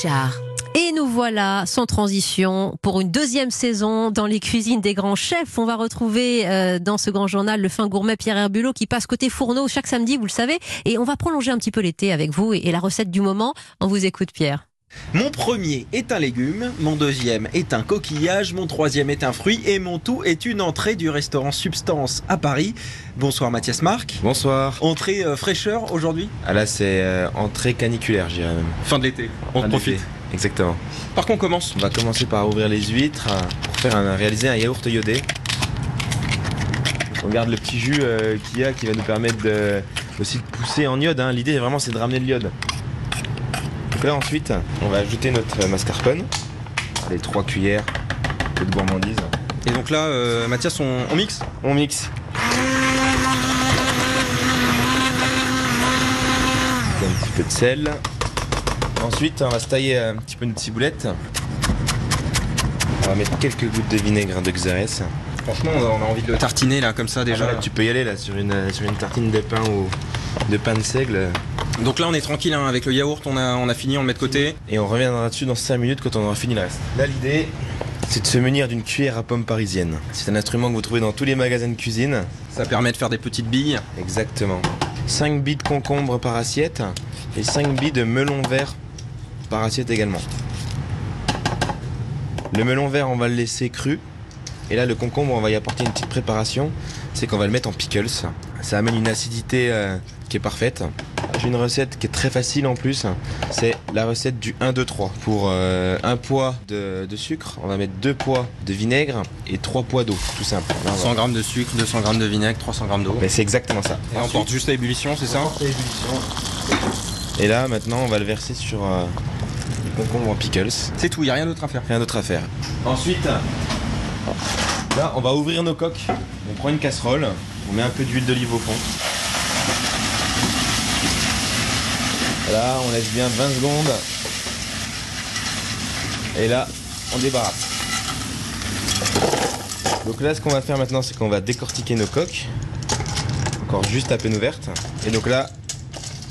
Char. Et nous voilà, sans transition, pour une deuxième saison dans les cuisines des grands chefs. On va retrouver euh, dans ce grand journal le fin gourmet Pierre Herbulot qui passe côté fourneau chaque samedi, vous le savez. Et on va prolonger un petit peu l'été avec vous et, et la recette du moment. On vous écoute Pierre. Mon premier est un légume, mon deuxième est un coquillage, mon troisième est un fruit et mon tout est une entrée du restaurant Substance à Paris. Bonsoir Mathias Marc. Bonsoir. Entrée euh, fraîcheur aujourd'hui Ah là, c'est euh, entrée caniculaire, je dirais même. Fin de l'été, on Fin profite. d'été. Exactement. Par contre, on commence. On va commencer par ouvrir les huîtres euh, pour faire un- réaliser un yaourt iodé. On garde le petit jus euh, qu'il y a qui va nous permettre de, aussi de pousser en iode. hein. L'idée vraiment c'est de ramener de l'iode. Donc là ensuite, on va ajouter notre euh, mascarpone. Les trois cuillères de gourmandise. Et donc là, euh, Mathias, on, on mixe On mixe. Un petit peu de sel. Ensuite, on va se tailler un petit peu une ciboulette. On va mettre quelques gouttes de vinaigre de Xérès. Franchement, on a, on a envie de le tartiner là, comme ça déjà. Déjà, tu peux y aller là sur une, sur une tartine de pain ou de pain de seigle. Donc là, on est tranquille hein, avec le yaourt, on a, on a fini, on le met de côté. Et on reviendra dessus dans 5 minutes quand on aura fini le reste. Là, l'idée, c'est de se munir d'une cuillère à pommes parisienne. C'est un instrument que vous trouvez dans tous les magasins de cuisine. Ça permet de faire des petites billes. Exactement. 5 billes de concombre par assiette et 5 billes de melon vert par assiette également. Le melon vert, on va le laisser cru. Et là, le concombre, on va y apporter une petite préparation. C'est qu'on va le mettre en pickles. Ça amène une acidité euh, qui est parfaite. J'ai une recette qui est très facile en plus. C'est la recette du 1, 2, 3. Pour euh, un poids de, de sucre, on va mettre 2 poids de vinaigre et 3 poids d'eau. Tout simple. Là, on va- 100 g de sucre, 200 g de vinaigre, 300 g d'eau. Mais c'est exactement ça. Et on porte juste à ébullition, c'est ça Et là, maintenant, on va le verser sur euh, les concombres en pickles. C'est tout, il n'y a rien d'autre à faire. Rien d'autre à faire. Ensuite, là, on va ouvrir nos coques. On prend une casserole, on met un peu d'huile d'olive au fond. Là, on laisse bien 20 secondes. Et là, on débarrasse. Donc là, ce qu'on va faire maintenant, c'est qu'on va décortiquer nos coques. Encore juste à peine ouvertes. Et donc là,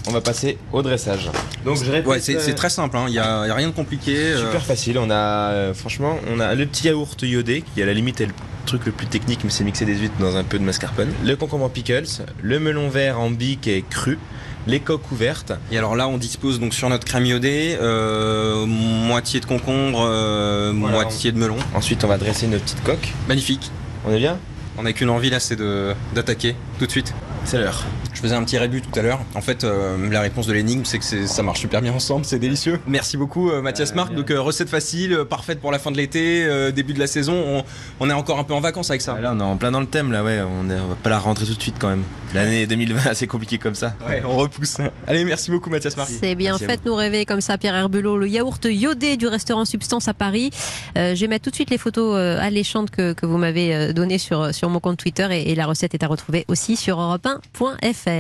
on va passer au dressage. Donc je répète. Ouais, c'est euh, c'est très simple, hein. il n'y a, y a rien de compliqué. euh, Super facile, on a euh, franchement on a le petit yaourt iodé qui à la limite est le truc le plus technique mais c'est mixer des huîtres dans un peu de mascarpone, le concombre en pickles, le melon vert en bique et cru, les coques ouvertes, Et alors là, on dispose donc sur notre crème iodée euh, moitié de concombre, euh, Voilà, moitié de melon. ensuite on va dresser nos petites coques. Magnifique. On est bien On n'a qu'une envie là, c'est de- d'attaquer tout de suite. C'est l'heure. Je faisais un petit rébut tout à l'heure. En fait, euh, la réponse de l'énigme, c'est que c'est- ça marche super bien ensemble, c'est délicieux. Merci beaucoup, euh, Mathias Marc. Donc, euh, recette facile, euh, parfaite pour la fin de l'été, euh, début de la saison. On, on est encore un peu en vacances avec ça. Là on est en plein dans le thème là ouais, on, est- on va pas la rentrer tout de suite quand même. L'année 2020 c'est compliqué comme ça. Ouais, on repousse. Allez, merci beaucoup, Mathias Marc. C'est bien, Merci à faites-nous rêver comme ça Pierre Herbulot, le yaourt iodé du restaurant Substance à Paris. Euh, je vais mettre tout de suite les photos euh, alléchantes que, que vous m'avez euh, données sur, sur mon compte Twitter et, et la recette est à retrouver aussi sur europe1.fr.